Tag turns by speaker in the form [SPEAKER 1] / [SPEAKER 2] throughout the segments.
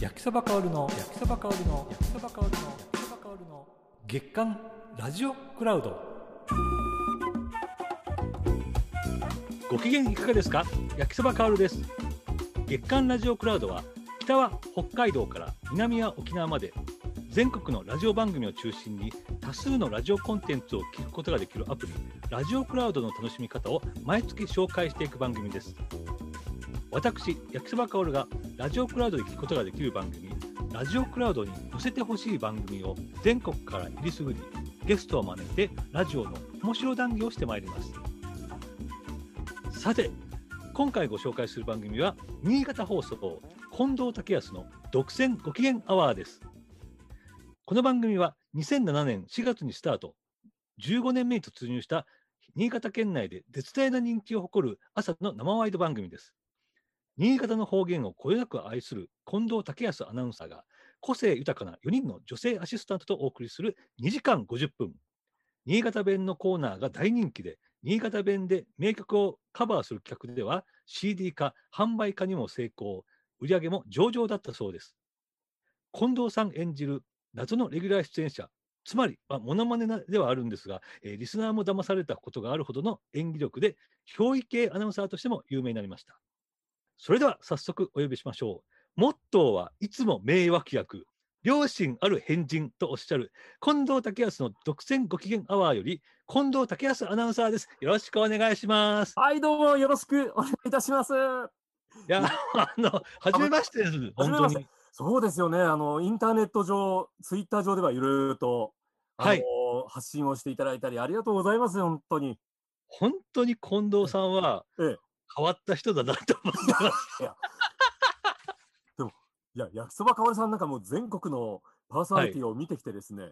[SPEAKER 1] 焼きそば香るの焼きそば香るの焼きそば香るの焼きそば香るの月刊ラジオクラウド
[SPEAKER 2] ご機嫌いかがですか焼きそばカールです。月刊ラジオクラウドは、北は北海道から南は沖縄まで、全国のラジオ番組を中心に多数のラジオコンテンツを聞くことができるアプリ、ラジオクラウドの楽しみ方を毎月紹介していく番組です。私、焼きそばカオルがラジオクラウドで聞くことができる番組、ラジオクラウドに載せてほしい番組を全国から入りすぐり、ゲストを招いてラジオの面白談義をしてまいります。さて今回ご紹介する番組は新潟放送近藤武康の独占ご機嫌アワーですこの番組は2007年4月にスタート15年目に突入した新潟県内で絶大な人気を誇る朝の生ワイド番組です新潟の方言をこよなく愛する近藤武康アナウンサーが個性豊かな4人の女性アシスタントとお送りする2時間50分新潟弁のコーナーが大人気で新潟弁で名曲をカバーする企画では CD 化、販売化にも成功、売り上げも上々だったそうです。近藤さん演じる謎のレギュラー出演者、つまり、まあ、モノマネなではあるんですが、えーリスナーも騙されたことがあるほどの演技力で、憑依系アナウンサーとしても有名になりました。それでは早速お呼びしましょう。モットーはいつも名脇役、良心ある変人とおっしゃる近藤武康の独占ご機嫌アワーより、近藤武康アナウンサーです。よろしくお願いします。
[SPEAKER 3] はい、どうもよろしくお願いいたします。
[SPEAKER 2] いや、あの、初めましてです。本当に。
[SPEAKER 3] そうですよね。あの、インターネット上、ツイッター上ではいろいろと、あの
[SPEAKER 2] はい。
[SPEAKER 3] 発信をしていただいたり、ありがとうございます、本当に。
[SPEAKER 2] 本当に近藤さんは
[SPEAKER 3] ええ
[SPEAKER 2] 変わった人だなと思って ます。
[SPEAKER 3] いや、焼きそばかわりさんなんかもう全国のパーソナリティを見てきてですね、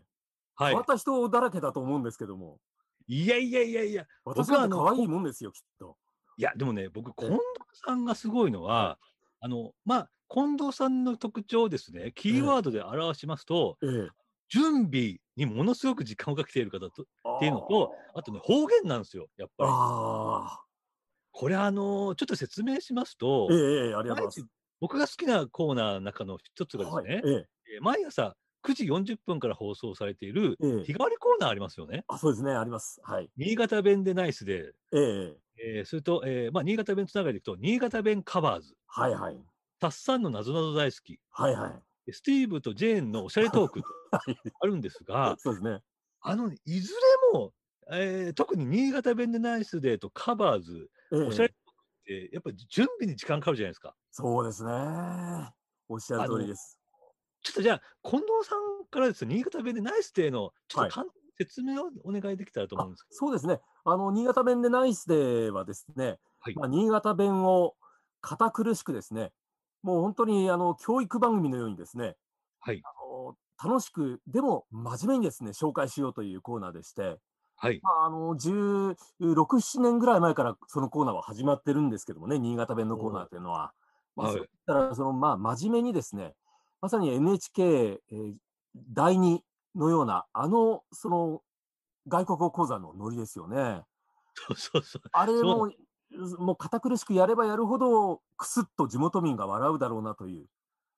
[SPEAKER 2] は
[SPEAKER 3] 変わ
[SPEAKER 2] い
[SPEAKER 3] っ。た人だらけだと思うんですけども、
[SPEAKER 2] いやいやいやいや。
[SPEAKER 3] 私
[SPEAKER 2] 僕はあ
[SPEAKER 3] なんて
[SPEAKER 2] の
[SPEAKER 3] 可愛いもんですよ、きっと。
[SPEAKER 2] いや、でもね、僕、近藤さんがすごいのは、あの、まあ、近藤さんの特徴をですね、キーワードで表しますと、
[SPEAKER 3] ええ。
[SPEAKER 2] 準備にものすごく時間をかけている方と、っていうのと、あとね、方言なんですよ、やっ
[SPEAKER 3] あ
[SPEAKER 2] ぱ
[SPEAKER 3] ー
[SPEAKER 2] り。
[SPEAKER 3] あ
[SPEAKER 2] これ、あのちょっと説明しますと
[SPEAKER 3] ー、、ええええ、ありがとうござい
[SPEAKER 2] 僕が好きなコーナーの中の一つが
[SPEAKER 3] ま。
[SPEAKER 2] ですすね、
[SPEAKER 3] はい、ええ、
[SPEAKER 2] えー毎朝9時40分から放送されている
[SPEAKER 3] え
[SPEAKER 2] 日
[SPEAKER 3] え。
[SPEAKER 2] 替わりコーナーありますよね。
[SPEAKER 3] あ、そうですね、あります。はい。
[SPEAKER 2] 新潟弁でナイスで、
[SPEAKER 3] ええ、
[SPEAKER 2] えーそれと、えーまあ、新潟弁つながりでいくと、新潟弁カバーズ、
[SPEAKER 3] はいはい。
[SPEAKER 2] たっさんの謎謎大好き、
[SPEAKER 3] はいはい。
[SPEAKER 2] スティーブとジェーンのおしゃれ トークと
[SPEAKER 3] はい
[SPEAKER 2] あるんですが、
[SPEAKER 3] そうですね。
[SPEAKER 2] あの、いずれも、えー特に新潟弁でナイスデーとカバーズ、
[SPEAKER 3] ええ
[SPEAKER 2] おしゃれトークって、やっぱり準備に時間かかるじゃないですか。
[SPEAKER 3] そうですね。おっしゃる通りです。
[SPEAKER 2] ちょっとじゃあ、近藤さんからですね、新潟弁でナイスデーの、ちょっ
[SPEAKER 3] はい
[SPEAKER 2] と簡単に説明をお願いできたらと思うんですけど。
[SPEAKER 3] そうですね。あの、新潟弁でナイスではですね、
[SPEAKER 2] はい
[SPEAKER 3] まあ、新潟弁を堅苦しくですね、もう本当にあの教育番組のようにですね、
[SPEAKER 2] はい
[SPEAKER 3] あの楽しく、でも真面目にですね、紹介しようというコーナーでして、
[SPEAKER 2] はい。
[SPEAKER 3] まあ、あの16、7年ぐらい前からそのコーナーは始まってるんですけどもね、新潟弁のコーナーというのは。まあ、
[SPEAKER 2] はい
[SPEAKER 3] そういったら、その、まあ、真面目にですね、まさに NHK、えー第2のような、あの、その、外国語講座のノリですよね。
[SPEAKER 2] そうそうそう。
[SPEAKER 3] あれ
[SPEAKER 2] そうな
[SPEAKER 3] も、もう堅苦しくやればやるほど、くすっと地元民が笑うだろうなという、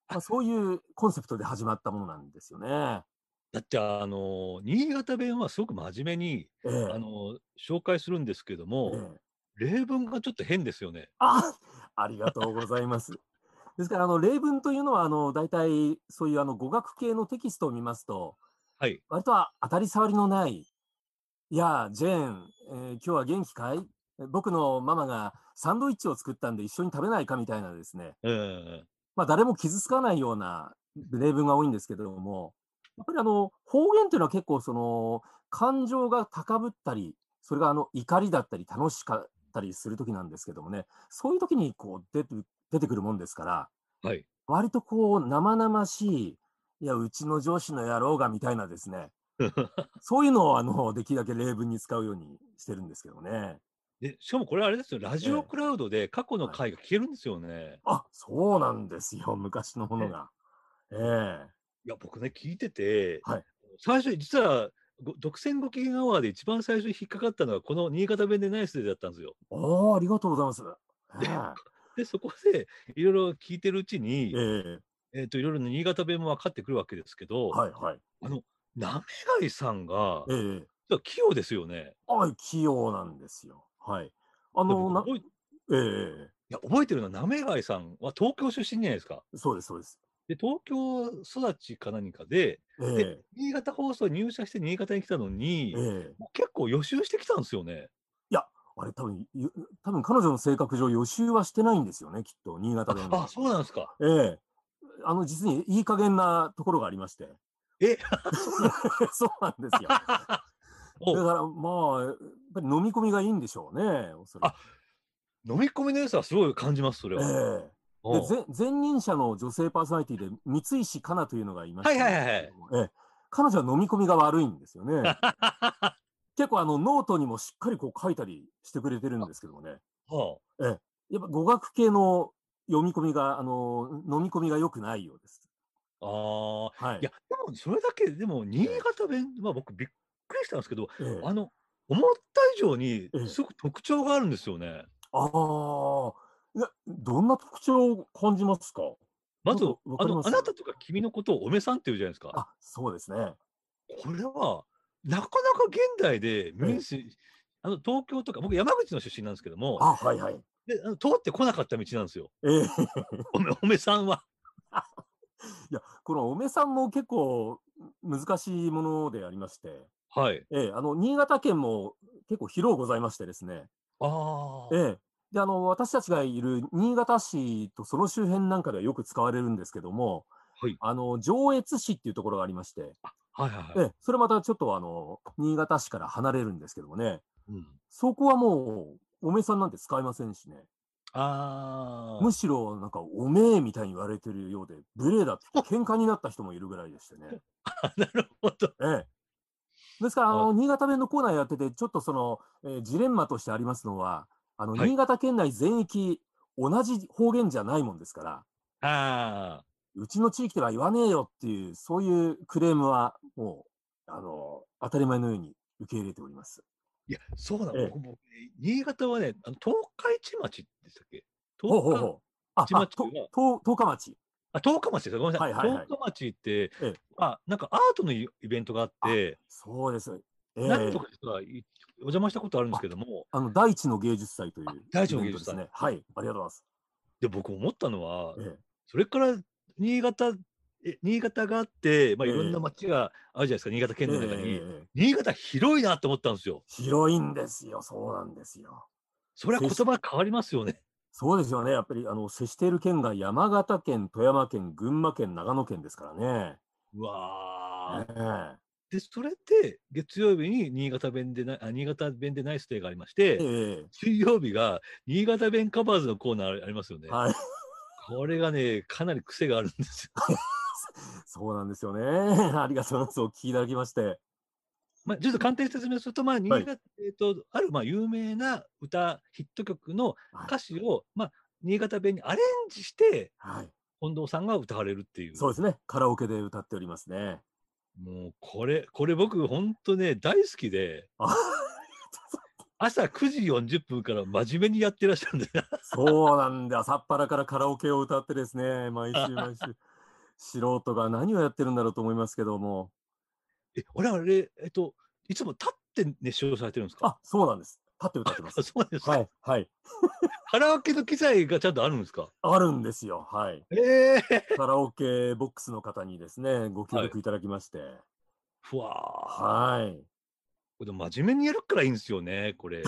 [SPEAKER 3] まあ、そういうコンセプトで始まったものなんですよね。
[SPEAKER 2] だって、あの、新潟弁はすごく真面目に、
[SPEAKER 3] ええ
[SPEAKER 2] あの、紹介するんですけど
[SPEAKER 3] え
[SPEAKER 2] も、
[SPEAKER 3] え
[SPEAKER 2] 例文がちょっと変ですよね。
[SPEAKER 3] あ、 ありがとうございます。ですから、あの、例文というのは、あの、大体、そういう、あの、語学系のテキストを見ますと、
[SPEAKER 2] はい。
[SPEAKER 3] 割とは当たり障りのない、いやあ、ジェーン、えー今日は元気かい僕のママがサンドイッチを作ったんで一緒に食べないかみたいなですね。
[SPEAKER 2] うん。
[SPEAKER 3] まあ、誰も傷つかないような例文が多いんですけれども、やっぱりあの、方言というのは結構その、感情が高ぶったり、それがあの、怒りだったり、楽しかったりする時なんですけどもね、そういう時にこう、出て、出てくるもんですから、
[SPEAKER 2] はい。
[SPEAKER 3] 割とこう、生々しい、いや、うちの上司の野郎が、みたいなですね、そういうのをあの、できるだけ例文に使うようにしてるんですけどね。
[SPEAKER 2] で、しかもこれあれですよ、ラジ
[SPEAKER 3] え
[SPEAKER 2] オ
[SPEAKER 3] え
[SPEAKER 2] クラウドで過去の
[SPEAKER 3] はい
[SPEAKER 2] 回が聞けるんですよね。
[SPEAKER 3] あ、そうなんですよ、昔のものが。ええ
[SPEAKER 2] いや、僕ね、聞いてて
[SPEAKER 3] はい、
[SPEAKER 2] 最初、実は、ご独占ご機嫌アワーで一番最初に引っかかったのは、この新潟弁でナイスデーだったんですよ。
[SPEAKER 3] ああ、ありがとうございます。ええ
[SPEAKER 2] で、そこで、いろいろ聞いてるうちに
[SPEAKER 3] え、え
[SPEAKER 2] えっといろいろな新潟弁も分かってくるわけですけど、
[SPEAKER 3] はいはい。
[SPEAKER 2] なめがいさんが、
[SPEAKER 3] ええ
[SPEAKER 2] 器用ですよね。
[SPEAKER 3] はい、器用なんですよ。はい。あの、な
[SPEAKER 2] 覚えい
[SPEAKER 3] ええ
[SPEAKER 2] や覚えてるのは、なめがいさんは東京出身じゃないですか。
[SPEAKER 3] そうです、そうです。
[SPEAKER 2] で、東京育ちか何かで、
[SPEAKER 3] ええ
[SPEAKER 2] 新潟放送入社して新潟に来たのに、
[SPEAKER 3] ええ
[SPEAKER 2] もう結構予習してきたんですよね。
[SPEAKER 3] あれ、多分ゆ多分彼女の性格上、予習はしてないんですよね、きっと、新潟弁
[SPEAKER 2] あ
[SPEAKER 3] は、。
[SPEAKER 2] そうなんですか。
[SPEAKER 3] ええあの、実にいい加減なところがありまして。
[SPEAKER 2] え
[SPEAKER 3] そうなんですよ。だか
[SPEAKER 2] お
[SPEAKER 3] ら、まあ、やっぱり飲み込みがいいんでしょうね、おそらく。
[SPEAKER 2] 飲み込みの良さはすごい感じます、それ
[SPEAKER 3] え
[SPEAKER 2] は。
[SPEAKER 3] え
[SPEAKER 2] うん
[SPEAKER 3] で前前任者の女性パーソナリティで三石かなというのがいました、
[SPEAKER 2] はいはいはいはい
[SPEAKER 3] ええ彼女は飲み込みが悪いんですよね 結構あのノートにもしっかりこう書いたりしてくれてるんですけどもね
[SPEAKER 2] は
[SPEAKER 3] やっぱ語学系の読み込みがあの飲み込みが良くないようです
[SPEAKER 2] あ、あ
[SPEAKER 3] はい
[SPEAKER 2] あ。いや、でもそれだけ、でも新潟弁は僕びっくりしたんですけど、
[SPEAKER 3] ええ
[SPEAKER 2] あの、思った以上に
[SPEAKER 3] ええ
[SPEAKER 2] すごく特徴があるんですよね。
[SPEAKER 3] ああなどんな特徴を感じますか
[SPEAKER 2] まず、
[SPEAKER 3] なんかわ
[SPEAKER 2] あ
[SPEAKER 3] かり
[SPEAKER 2] の
[SPEAKER 3] ま、す
[SPEAKER 2] あなたとか君のことをおめさんって言うじゃないですか。
[SPEAKER 3] あそうですね
[SPEAKER 2] これは、なかなか現代で民主、あの東京とか、僕、山口の出身なんですけども、
[SPEAKER 3] あはいはい
[SPEAKER 2] であの通ってこなかった道なんですよ、
[SPEAKER 3] ええ
[SPEAKER 2] おめおめさんは。
[SPEAKER 3] いやこのおめさんも結構難しいものでありまして
[SPEAKER 2] はい。
[SPEAKER 3] ええ、あの、新潟県も結構広うございましてですね。
[SPEAKER 2] あ
[SPEAKER 3] え
[SPEAKER 2] あ。
[SPEAKER 3] え。で、あの、私たちがいる新潟市とその周辺なんかではよく使われるんですけども、
[SPEAKER 2] はい
[SPEAKER 3] あの、上越市っていうところがありまして、
[SPEAKER 2] はいはい
[SPEAKER 3] え
[SPEAKER 2] はい。
[SPEAKER 3] え、それまたちょっとあの、新潟市から離れるんですけどもね、
[SPEAKER 2] うん、
[SPEAKER 3] そこはもう、おめさんなんて使いませんしね。
[SPEAKER 2] あ
[SPEAKER 3] むしろ、なんか、おめえみたいに言われてるようで、無礼だって言って喧嘩になった人もいるぐらいでしてね。
[SPEAKER 2] あ。なるほど。
[SPEAKER 3] ええ。ですから、あの、新潟弁のコーナーやってて、ちょっとその、えージレンマとしてありますのは、あの、
[SPEAKER 2] はい
[SPEAKER 3] 新潟県内全域、同じ方言じゃないもんですから、
[SPEAKER 2] ああ。
[SPEAKER 3] うちの地域では言わねえよっていう、そういうクレームは、もう、あの、当たり前のように受け入れております。
[SPEAKER 2] いや、そうなの、
[SPEAKER 3] ええ
[SPEAKER 2] 僕も新潟はね、あの東海地町でしたっけ
[SPEAKER 3] ほう
[SPEAKER 2] 東
[SPEAKER 3] ほう
[SPEAKER 2] 海
[SPEAKER 3] ほう。あ、あ
[SPEAKER 2] 市町
[SPEAKER 3] と
[SPEAKER 2] は
[SPEAKER 3] と十日町。
[SPEAKER 2] あ東海町です。ごめんなさい。
[SPEAKER 3] はいはいはい
[SPEAKER 2] 東海町って、
[SPEAKER 3] ええ
[SPEAKER 2] あ、なんかアートのイベントがあって、
[SPEAKER 3] そうです。ええ
[SPEAKER 2] なんとかとかいお邪魔したことあるんですけども、
[SPEAKER 3] あの、第一の芸術祭という。
[SPEAKER 2] 第一の芸術祭
[SPEAKER 3] イベントですね。はい。ありがとうござ
[SPEAKER 2] で、僕思ったのは、
[SPEAKER 3] います。ええ
[SPEAKER 2] それから新潟、え新潟があって、まあ、
[SPEAKER 3] ええ
[SPEAKER 2] いろんな町があるじゃないですか、新潟県の中に。
[SPEAKER 3] ええ
[SPEAKER 2] 新潟広いなと思ったんですよ。
[SPEAKER 3] 広いんですよ。そうなんですよ。
[SPEAKER 2] それは言葉変わりますよね。
[SPEAKER 3] そうですよね。やっぱり、あの、接している県が山形県、富山県、群馬県、長野県ですからね。
[SPEAKER 2] うわー。
[SPEAKER 3] ええ
[SPEAKER 2] で、それで、月曜日に新潟弁でな、あ新潟弁でナイスデーがありまして、
[SPEAKER 3] え
[SPEAKER 2] 水曜日が新潟弁カバーズのコーナーありますよね
[SPEAKER 3] え。はい。
[SPEAKER 2] これがね、かなり癖があるんです よ。
[SPEAKER 3] そうなんですよね。 ありがとうございます。お聞きいただきまして。
[SPEAKER 2] まあ、ちょっと簡単に説明すると、まあ、新
[SPEAKER 3] はい
[SPEAKER 2] 潟、えっと、ある、まあ、有名な歌、ヒット曲の歌詞を、まあ、新潟弁にアレンジして、
[SPEAKER 3] はい。
[SPEAKER 2] 近藤さんが歌われるっていう。
[SPEAKER 3] そうですね。カラオケで歌っておりますね。
[SPEAKER 2] もう、これ、これ僕、ほんとね、大好きで、
[SPEAKER 3] あ
[SPEAKER 2] 朝9時40分から真面目にやってらっしゃるんで、
[SPEAKER 3] そうなんだ。朝っぱらからカラオケを歌ってですね。毎週毎週。素人が何をやってるんだろうと思いますけども。
[SPEAKER 2] え、俺、あれ、えっと、いつも立って熱唱されてるんですか
[SPEAKER 3] あ、そうなんです。立って歌ってま す。
[SPEAKER 2] そうですか、
[SPEAKER 3] はい。はい。
[SPEAKER 2] カラオケの機材がちゃんとあるんですか
[SPEAKER 3] あるんですよ。はい。
[SPEAKER 2] ええ
[SPEAKER 3] カラオケボックスの方にですね、ご協力いただきまして。
[SPEAKER 2] ふわー。
[SPEAKER 3] はい。
[SPEAKER 2] これ真面目にやるからいいんですよね、こ れ。
[SPEAKER 3] で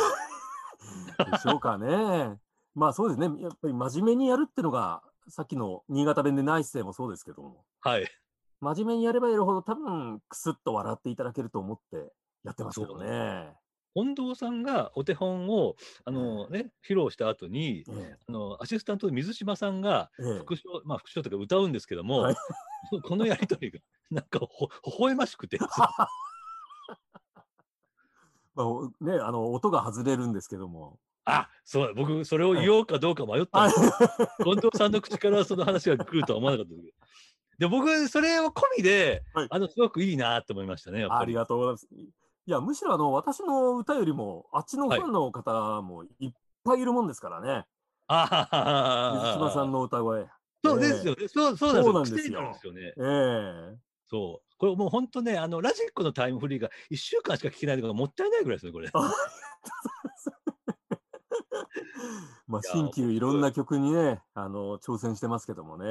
[SPEAKER 3] しょうかね。 まあそうですね。やっぱり真面目にやるってのが、さっきの新潟弁でない姿勢もそうですけども、
[SPEAKER 2] はい。
[SPEAKER 3] 真面目にやればやるほど多分、くすっと笑っていただけると思ってやってますけど
[SPEAKER 2] そう
[SPEAKER 3] ね。
[SPEAKER 2] 近藤さんがお手本を、あのね、披露した後に、
[SPEAKER 3] え
[SPEAKER 2] あの、アシスタントの水島さんが、
[SPEAKER 3] えええ
[SPEAKER 2] 副賞、まあ、副賞というか歌うんですけども、
[SPEAKER 3] はい
[SPEAKER 2] そ このやりとりが、 なんかほ、微笑ましく て、
[SPEAKER 3] まあおね、あの、音が外れるんですけども。
[SPEAKER 2] あ、そう、僕、それを言おうかどうか迷ったん
[SPEAKER 3] あ
[SPEAKER 2] ですよ。 近藤さんの口からその話が来るとは思わなかったですけど。で、僕、それを込みで、
[SPEAKER 3] はい
[SPEAKER 2] あの、すごくいいなと思いましたね、やっぱ
[SPEAKER 3] あり
[SPEAKER 2] り。
[SPEAKER 3] がとうございます。いや、むしろあの、私の歌よりも、あっちのファンの方もいっぱいいるもんですからね。
[SPEAKER 2] あはははは
[SPEAKER 3] 水島さんの歌声。
[SPEAKER 2] そうですよね。そう、そう
[SPEAKER 3] そう
[SPEAKER 2] な
[SPEAKER 3] なんん
[SPEAKER 2] です
[SPEAKER 3] ですよ
[SPEAKER 2] よ。癖になるんですよね。
[SPEAKER 3] ええ
[SPEAKER 2] そう。これもう本当ね、あの、ラジックのタイムフリーが1週間しか聞けないのがもったいないぐらいですね、これ。
[SPEAKER 3] まあ、
[SPEAKER 2] いや
[SPEAKER 3] 新旧いろんな曲にね、あの、挑戦してますけどもね。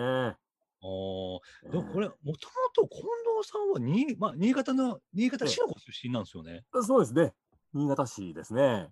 [SPEAKER 2] おーでも
[SPEAKER 3] ええ
[SPEAKER 2] これ、もともと近藤さんはに、まあ、新潟の、新潟
[SPEAKER 3] ええ
[SPEAKER 2] 市のご出身なんですよね。
[SPEAKER 3] そうですね。新潟市ですね。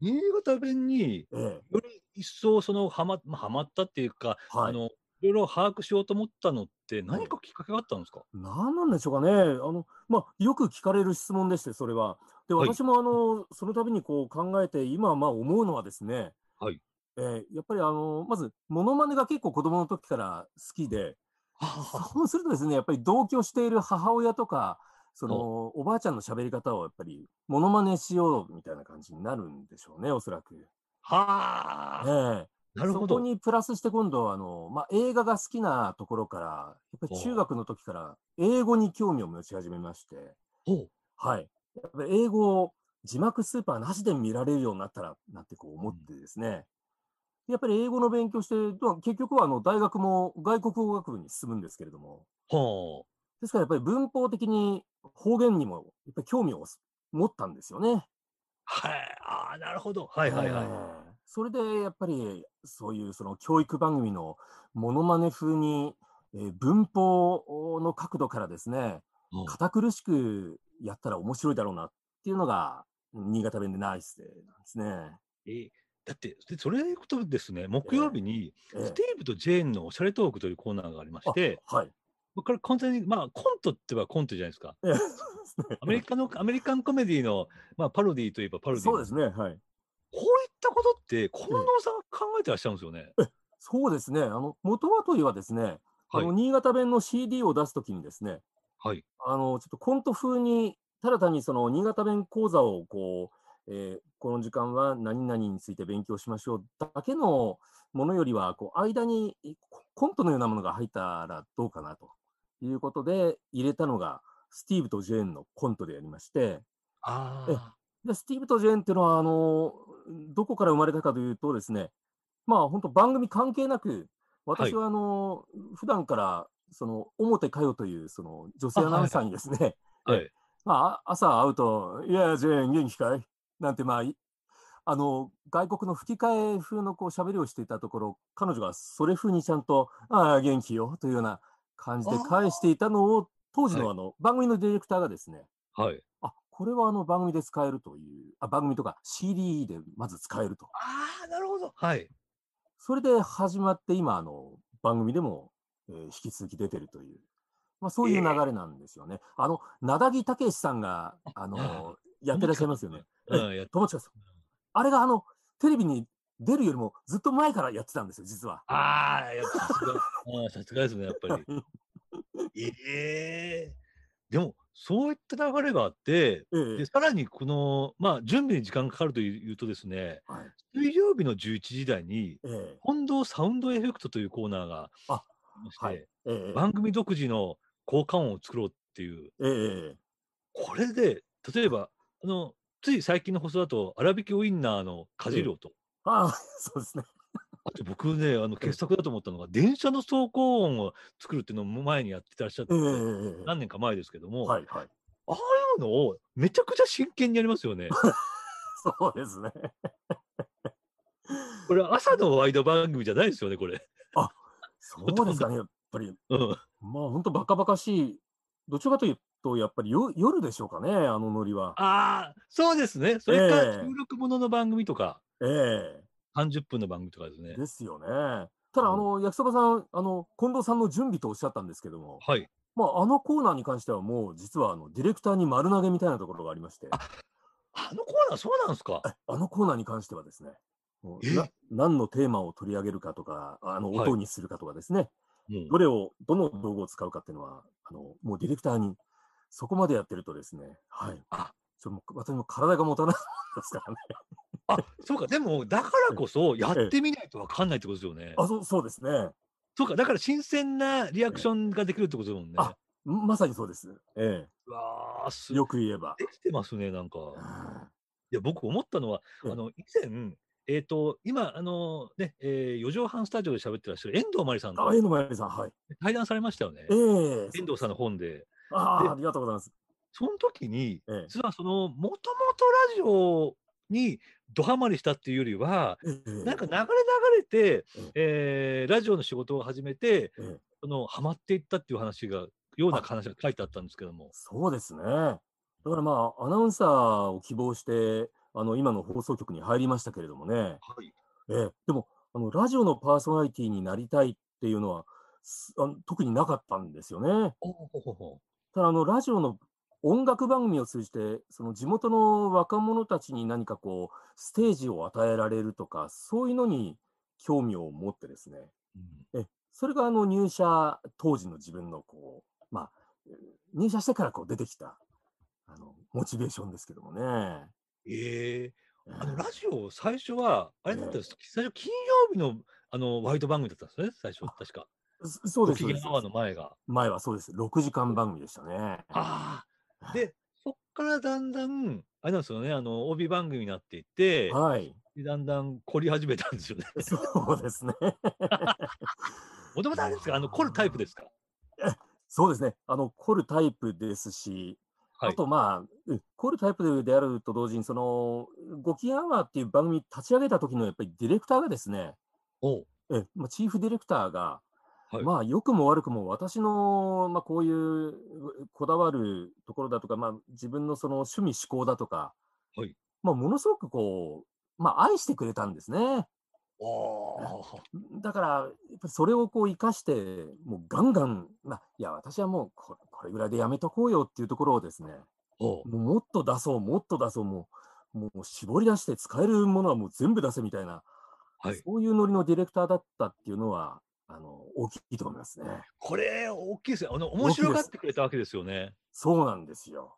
[SPEAKER 2] 新潟弁に、
[SPEAKER 3] ええ
[SPEAKER 2] より一層、その、はま、まあ、はまったっていうか、
[SPEAKER 3] はい
[SPEAKER 2] あの、いろいろ把握しようと思ったのって、何かきっかけがあったんですか、
[SPEAKER 3] 何なんでしょうかね。あの、まあ、よく聞かれる質問でして、それは。で、
[SPEAKER 2] はい
[SPEAKER 3] 私もあの、その度にこう考えて、今、まあ思うのはですね、
[SPEAKER 2] はい。
[SPEAKER 3] えーやっぱりあの、まず、モノマネが結構子供の時から好きで、
[SPEAKER 2] は
[SPEAKER 3] そうするとですね、やっぱり同居している母親とか、その、おばあちゃんの喋り方をやっぱり、モノマネしようみたいな感じになるんでしょうね、おそらく。
[SPEAKER 2] あ、はあ
[SPEAKER 3] ええ
[SPEAKER 2] なるほ
[SPEAKER 3] そこ
[SPEAKER 2] ど。
[SPEAKER 3] にプラスして今度はあの、まあ、映画が好きなところから、やっぱり中学の時から英語に興味を持ち始めまして、
[SPEAKER 2] ほう
[SPEAKER 3] はい。やっぱり英語を字幕スーパーなしで見られるようになったら、なってこう思ってですね。やっぱり英語の勉強して、まあ結局はあの大学も外国語学部に進むんですけれども、
[SPEAKER 2] ほ
[SPEAKER 3] ですからやっぱり文法的に方言にもやっぱり興味を持ったんですよね。
[SPEAKER 2] う。はい。ああ、なるほど。はいはいはい。
[SPEAKER 3] ええそれでやっぱりそういうその教育番組のモノマネ風に、えー文法の角度からですね
[SPEAKER 2] うん
[SPEAKER 3] 堅苦しくやったら面白いだろうなっていうのが新潟弁でナイスでなんですね。
[SPEAKER 2] えーだって、でそれでいくとですね、木曜日に、
[SPEAKER 3] ええ
[SPEAKER 2] スティーブとジェーンのおしゃれトークというコーナーがありまして、
[SPEAKER 3] はい。
[SPEAKER 2] これ完全に、まあ、コントって言えばコントじゃないですか。
[SPEAKER 3] ええ
[SPEAKER 2] アメリカの、アメリカンコメディの、まあ、パロディといえばパロディ。
[SPEAKER 3] そうですね。はい。
[SPEAKER 2] こういったことって、近藤さんが考えてらっしゃるんですよね。
[SPEAKER 3] そうですね。あの元はといえばですね、あの
[SPEAKER 2] はい
[SPEAKER 3] 新潟弁の CD を出すときにですね、
[SPEAKER 2] はい。
[SPEAKER 3] あの、ちょっとコント風に、ただ単にその新潟弁講座をこう、えーこの時間は何々について勉強しましょうだけのものよりは、こう、間にえココントのようなものが入ったらどうかなということで入れたのが、スティーブとジェーンのコントでやりまして、
[SPEAKER 2] あ
[SPEAKER 3] で、スティーブとジェーンっていうのは、あの、どこから生まれたかというとですね、まあ本当番組関係なく、
[SPEAKER 2] はい
[SPEAKER 3] 私はあの、普段から、その、表かよという、その、女性アナウンサーにですね、
[SPEAKER 2] あ。はい。
[SPEAKER 3] まあ、朝会うと、いや、ジェーン、元気かいなんて、まあ、いあの、外国の吹き替え風のこう喋りをしていたところ、彼女がそれ風にちゃんと、ああ、元気よ、というような感じで返していたのを、当時
[SPEAKER 2] は
[SPEAKER 3] のあの、番組のディレクターがですね、
[SPEAKER 2] はい。
[SPEAKER 3] あ、これはあの番組で使えるという、あ、番組とか CD でまず使えると。
[SPEAKER 2] ああ、なるほど。はい。
[SPEAKER 3] それで始まって、今、あの、番組でも、えー引き続き出てるという、まあ、そういう流れなんですよね。あの、なだぎたけしさんが、あの、やってらっしゃいますよね。
[SPEAKER 2] うん、やっ
[SPEAKER 3] 友近さん。あれがあの、テレビに出るよりもずっと前からやってたんですよ、実は。
[SPEAKER 2] ああ、やっぱさすが、うんさすがですね、や っぱり。ええでも、そういった流れがあって、
[SPEAKER 3] ええ
[SPEAKER 2] で、さらにこの、まあ、準備に時間かかるといういうとですね、
[SPEAKER 3] はい
[SPEAKER 2] 水曜日の11時台に、
[SPEAKER 3] ええ
[SPEAKER 2] 近藤サウンドエフェクトというコーナーが
[SPEAKER 3] あ
[SPEAKER 2] りまして、
[SPEAKER 3] はいええ
[SPEAKER 2] 番組独自の効果音を作ろうっていう、
[SPEAKER 3] ええ
[SPEAKER 2] これで、例えば、あの、つい最近の放送だと、粗挽きウインナーの家事量と、
[SPEAKER 3] ああ、そうですね。
[SPEAKER 2] あと僕ね、あの傑作だと思ったのが、電車の走行音を作るっていうのも前にやってらっしゃっ
[SPEAKER 3] え
[SPEAKER 2] て、
[SPEAKER 3] え
[SPEAKER 2] 何年か前ですけども、
[SPEAKER 3] はい、はい。
[SPEAKER 2] ああいうのをめちゃくちゃ真剣にやりますよね。
[SPEAKER 3] そう ですね。
[SPEAKER 2] これ、朝のワイド番組じゃないですよね、これ。
[SPEAKER 3] そうですかね、やっぱり。
[SPEAKER 2] うん。
[SPEAKER 3] まあ、本当バカバカしい。どちらかというと、やっぱりよ夜でしょうかね、あのノリは。
[SPEAKER 2] ああ、そうですね。それから
[SPEAKER 3] ええ
[SPEAKER 2] 収録ものの番組とか、
[SPEAKER 3] ええ
[SPEAKER 2] 30分の番組とかですね。
[SPEAKER 3] ですよね。ただ、あの、焼きそばさん、あの、近藤さんの準備とおっしゃったんですけども、
[SPEAKER 2] はい。
[SPEAKER 3] まあ、あのコーナーに関してはもう、実は、あの、ディレクターに丸投げみたいなところがありまして、あ
[SPEAKER 2] あのコーナー、そうなんですか。
[SPEAKER 3] のコーナーに関してはですね、もう
[SPEAKER 2] え
[SPEAKER 3] な何のテーマを取り上げるかとか、あの、
[SPEAKER 2] はい
[SPEAKER 3] 音にするかとかですね、
[SPEAKER 2] うん
[SPEAKER 3] どれを、どの道具を使うかっていうのは、あの、もうディレクターに、そこまでやってるとですね、はい。
[SPEAKER 2] あ
[SPEAKER 3] それも私も体が持たないですからね。
[SPEAKER 2] あ、そうか。でも、だからこそ、やってみないとわかんないってことですよね。
[SPEAKER 3] あ、そう、そうですね。
[SPEAKER 2] そうか。だから、新鮮なリアクションができるってことだもんね。
[SPEAKER 3] あまさにそうです。え
[SPEAKER 2] うわあ、す
[SPEAKER 3] え、よく言えば。
[SPEAKER 2] できてますね、なんか。いや、僕思ったのは、
[SPEAKER 3] うん
[SPEAKER 2] あの、以前、えっ、と、今、あのね、えー、4畳半スタジオで喋ってらっしゃる遠藤真理さん
[SPEAKER 3] あ、
[SPEAKER 2] と
[SPEAKER 3] 遠藤真理さん、はい。
[SPEAKER 2] 対談されましたよね。
[SPEAKER 3] ええ
[SPEAKER 2] 遠藤さんの本で。
[SPEAKER 3] あ
[SPEAKER 2] で
[SPEAKER 3] あ、ありがとうございます。
[SPEAKER 2] その時に、
[SPEAKER 3] ええ
[SPEAKER 2] 実はその、もともとラジオにドハマりしたっていうよりは、
[SPEAKER 3] ええ
[SPEAKER 2] なんか流れ流れて、えーラジオの仕事を始めて、
[SPEAKER 3] ええ
[SPEAKER 2] そのハマっていったっていう話が、ような話が書いてあったんですけども。
[SPEAKER 3] そうですね。だからまあ、アナウンサーを希望して、あの、今の放送局に入りましたけれどもね。
[SPEAKER 2] はい、
[SPEAKER 3] ええ、でも、あの、ラジオのパーソナリティになりたいっていうのは、すあの特になかったんですよね。
[SPEAKER 2] おほほほ
[SPEAKER 3] ただ、あの、ラジオの音楽番組を通じて、その地元の若者たちに何かこう、ステージを与えられるとか、そういうのに興味を持ってですね。
[SPEAKER 2] うん
[SPEAKER 3] え、それがあの入社当時の自分のこう、まあ、えー入社してからこう出てきた、あの、モチベーションですけどもね。
[SPEAKER 2] え
[SPEAKER 3] え
[SPEAKER 2] ーあの
[SPEAKER 3] ー
[SPEAKER 2] ラジオ、最初は、あれだったんです、最初、金曜日のあのワイド番組だったんですね、最初、確か。
[SPEAKER 3] そそうです、
[SPEAKER 2] ご
[SPEAKER 3] そう
[SPEAKER 2] 機
[SPEAKER 3] です
[SPEAKER 2] 嫌ア。ワーの前が。
[SPEAKER 3] 前はそうです。6時間番組でしたね。
[SPEAKER 2] ああ。
[SPEAKER 3] はい
[SPEAKER 2] で、そっからだんだん、あれなんですよね、あの、帯番組になっていって、
[SPEAKER 3] はい。
[SPEAKER 2] でだんだん凝り始めたんですよね。
[SPEAKER 3] そうですね。
[SPEAKER 2] もともとあれですか、あの、凝るタイプですか。
[SPEAKER 3] そうですね。あの、凝るタイプですし、
[SPEAKER 2] はい
[SPEAKER 3] あとまあ、うん凝るタイプであると同時に、その、ご機嫌アワーっていう番組立ち上げた時のやっぱりディレクターがですね、
[SPEAKER 2] おう
[SPEAKER 3] ええ、まあ、チーフディレクターが、
[SPEAKER 2] はい
[SPEAKER 3] まあ、良くも悪くも私の、まあ、こういううこだわるところだとか、まあ、自分のその趣味嗜好だとか、
[SPEAKER 2] はい
[SPEAKER 3] まあ、ものすごくこう、まあ、愛してくれたんですね。
[SPEAKER 2] おー
[SPEAKER 3] だから、やっぱりそれをこう生かして、もうガンガン、まあ、いや、私はもうここれぐらいでやめとこうよっていうところをですね、
[SPEAKER 2] おう
[SPEAKER 3] もうもっと出そう、もっと出そう、もう、もう絞り出して使えるものはもう全部出せみたいな、
[SPEAKER 2] はい。
[SPEAKER 3] そういうノリのディレクターだったっていうのは、あの、大きいと思いますね。
[SPEAKER 2] これ、大きいですね。あの、面白がってくれたわけですよね。
[SPEAKER 3] そうなんですよ。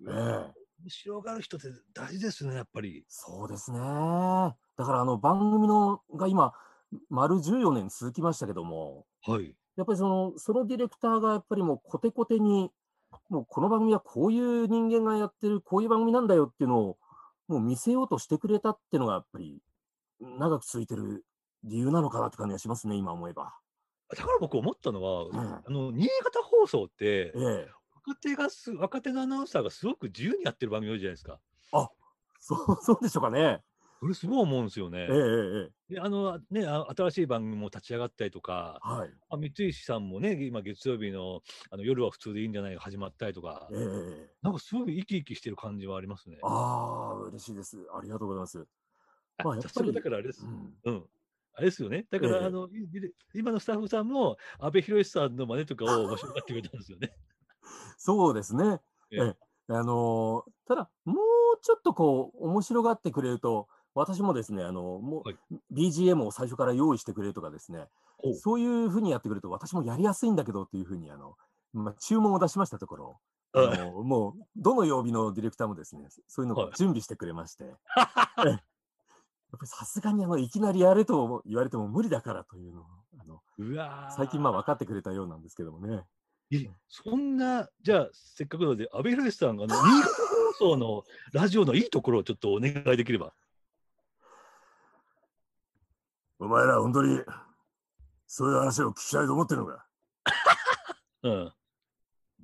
[SPEAKER 3] ねえ
[SPEAKER 2] 面白がる人って大事ですね、やっぱり。
[SPEAKER 3] そうですね。だからあの番組のが今、丸14年続きましたけども、
[SPEAKER 2] はい。
[SPEAKER 3] やっぱりその、そのディレクターがやっぱりもうコテコテに、もうこの番組はこういう人間がやってる、こういう番組なんだよっていうのを、もう見せようとしてくれたっていうのがやっぱり、長く続いてる理由なのかなって感じがしますね、今思えば。
[SPEAKER 2] だから僕思ったの
[SPEAKER 3] う
[SPEAKER 2] は、
[SPEAKER 3] ん
[SPEAKER 2] あの、新潟放送って、
[SPEAKER 3] ええ。
[SPEAKER 2] 若手がす、若手のアナウンサーがすごく自由にやってる番組多いじゃないですか。
[SPEAKER 3] そう、 そうでしょうかね。
[SPEAKER 2] それすごい思うんですよ
[SPEAKER 3] え
[SPEAKER 2] ね
[SPEAKER 3] え、え。え、ええ。
[SPEAKER 2] で、あの、ね、あ新しい番組も立ち上がったりとか、
[SPEAKER 3] はい。
[SPEAKER 2] あ三石さんもね、今月曜日のあの夜は普通でいいんじゃないが始まったりとか
[SPEAKER 3] え、えええ。
[SPEAKER 2] なんかすごい生き生きしてる感じはありますね。
[SPEAKER 3] ああ、嬉しいです。ありがとうございます。
[SPEAKER 2] あ
[SPEAKER 3] まあやっぱり
[SPEAKER 2] それだからあれです
[SPEAKER 3] う。ん、
[SPEAKER 2] うん。あれですよね。だから、
[SPEAKER 3] ええ
[SPEAKER 2] あの、いい今のスタッフさんも、安倍博さんの真似とかを面白がってくれたんです よね。
[SPEAKER 3] そうですね。
[SPEAKER 2] え
[SPEAKER 3] え
[SPEAKER 2] え
[SPEAKER 3] えあのーただ、もうちょっとこう、面白がってくれると、私もですね、あのもう、
[SPEAKER 2] はい
[SPEAKER 3] BGM を最初から用意してくれるとかですね、
[SPEAKER 2] おう
[SPEAKER 3] そういうふうにやってくれると、私もやりやすいんだけどっていうふうに、あの、まあ、注文を出しましたところ、あ
[SPEAKER 2] あ
[SPEAKER 3] のもう、どの曜日のディレクターもですね、そういうの
[SPEAKER 2] は
[SPEAKER 3] を
[SPEAKER 2] い
[SPEAKER 3] 準備してくれまして、ええやっぱりさすがにあの、いきなりやれと言われても無理だからというのを、あの、
[SPEAKER 2] うわー
[SPEAKER 3] 最近まあ分かってくれたようなんですけどもね。
[SPEAKER 2] えそんな、じゃあ、せっかくなので、安倍博さんが、あの新潟放送のラジオのいいところをちょっとお願いできれば。
[SPEAKER 3] お前ら本当に、そういう話を聞きたいと思ってるのか
[SPEAKER 2] うん。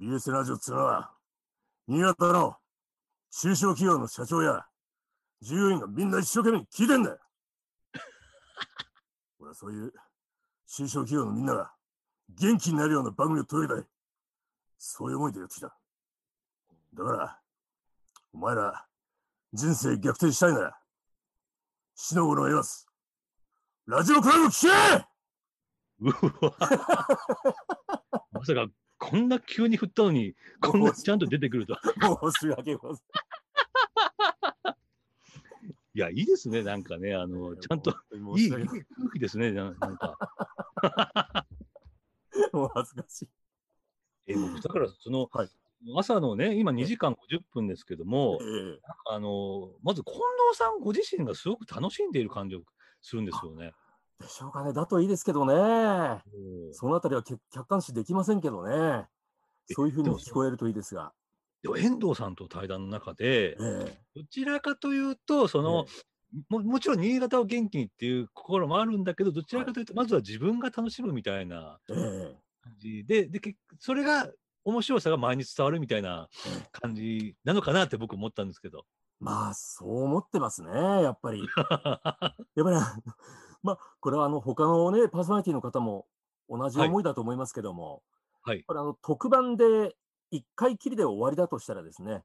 [SPEAKER 3] ?BS ラジオっつうのは、新潟の中小企業の社長や従業員がみんな一生懸命に聞いてんだよ 俺はそういう中小企業のみんなが元気になるような番組を届けたい。そういう思いでやってきた。だから、お前ら、人生逆転したいなら、死の頃を言います。ラジオクラブを聞け
[SPEAKER 2] うわ まさか、こんな急に振ったのに、こんなちゃんと出てくるとは。
[SPEAKER 3] 申し訳ございません。
[SPEAKER 2] いや、いいですね、なんかね、あの、ちゃんと、
[SPEAKER 3] と
[SPEAKER 2] いい、いい空気ですね、ななんか。
[SPEAKER 3] もう恥ずかしい。
[SPEAKER 2] え僕だから、その、
[SPEAKER 3] はい
[SPEAKER 2] 朝のね、今2時間50分ですけども、
[SPEAKER 3] ええ
[SPEAKER 2] あの、まず近藤さんご自身がすごく楽しんでいる感じをするんですよね。
[SPEAKER 3] でしょうかね。だといいですけどね。
[SPEAKER 2] うん
[SPEAKER 3] そのあたりは客客観視できませんけどね。そういうふうにも聞こえるといいですが。
[SPEAKER 2] でも遠藤さんとの対談の中で
[SPEAKER 3] え、え
[SPEAKER 2] どちらかというと、その、ももちろん新潟を元気にっていう心もあるんだけど、どちらかというと、まずは自分が楽しむみたいな
[SPEAKER 3] ええ
[SPEAKER 2] 感じで、で、結それが面白さが前に伝わるみたいな感じなのかなって僕思ったんですけど。
[SPEAKER 3] まあ、そう思ってますね、やっ ぱり。やっぱり、あの まあ、これはあの他のね、パーソナリティの方も同じ
[SPEAKER 2] はい
[SPEAKER 3] 思いだと思いますけども、
[SPEAKER 2] はい。
[SPEAKER 3] これあの特番で1回きりで終わりだとしたらですね、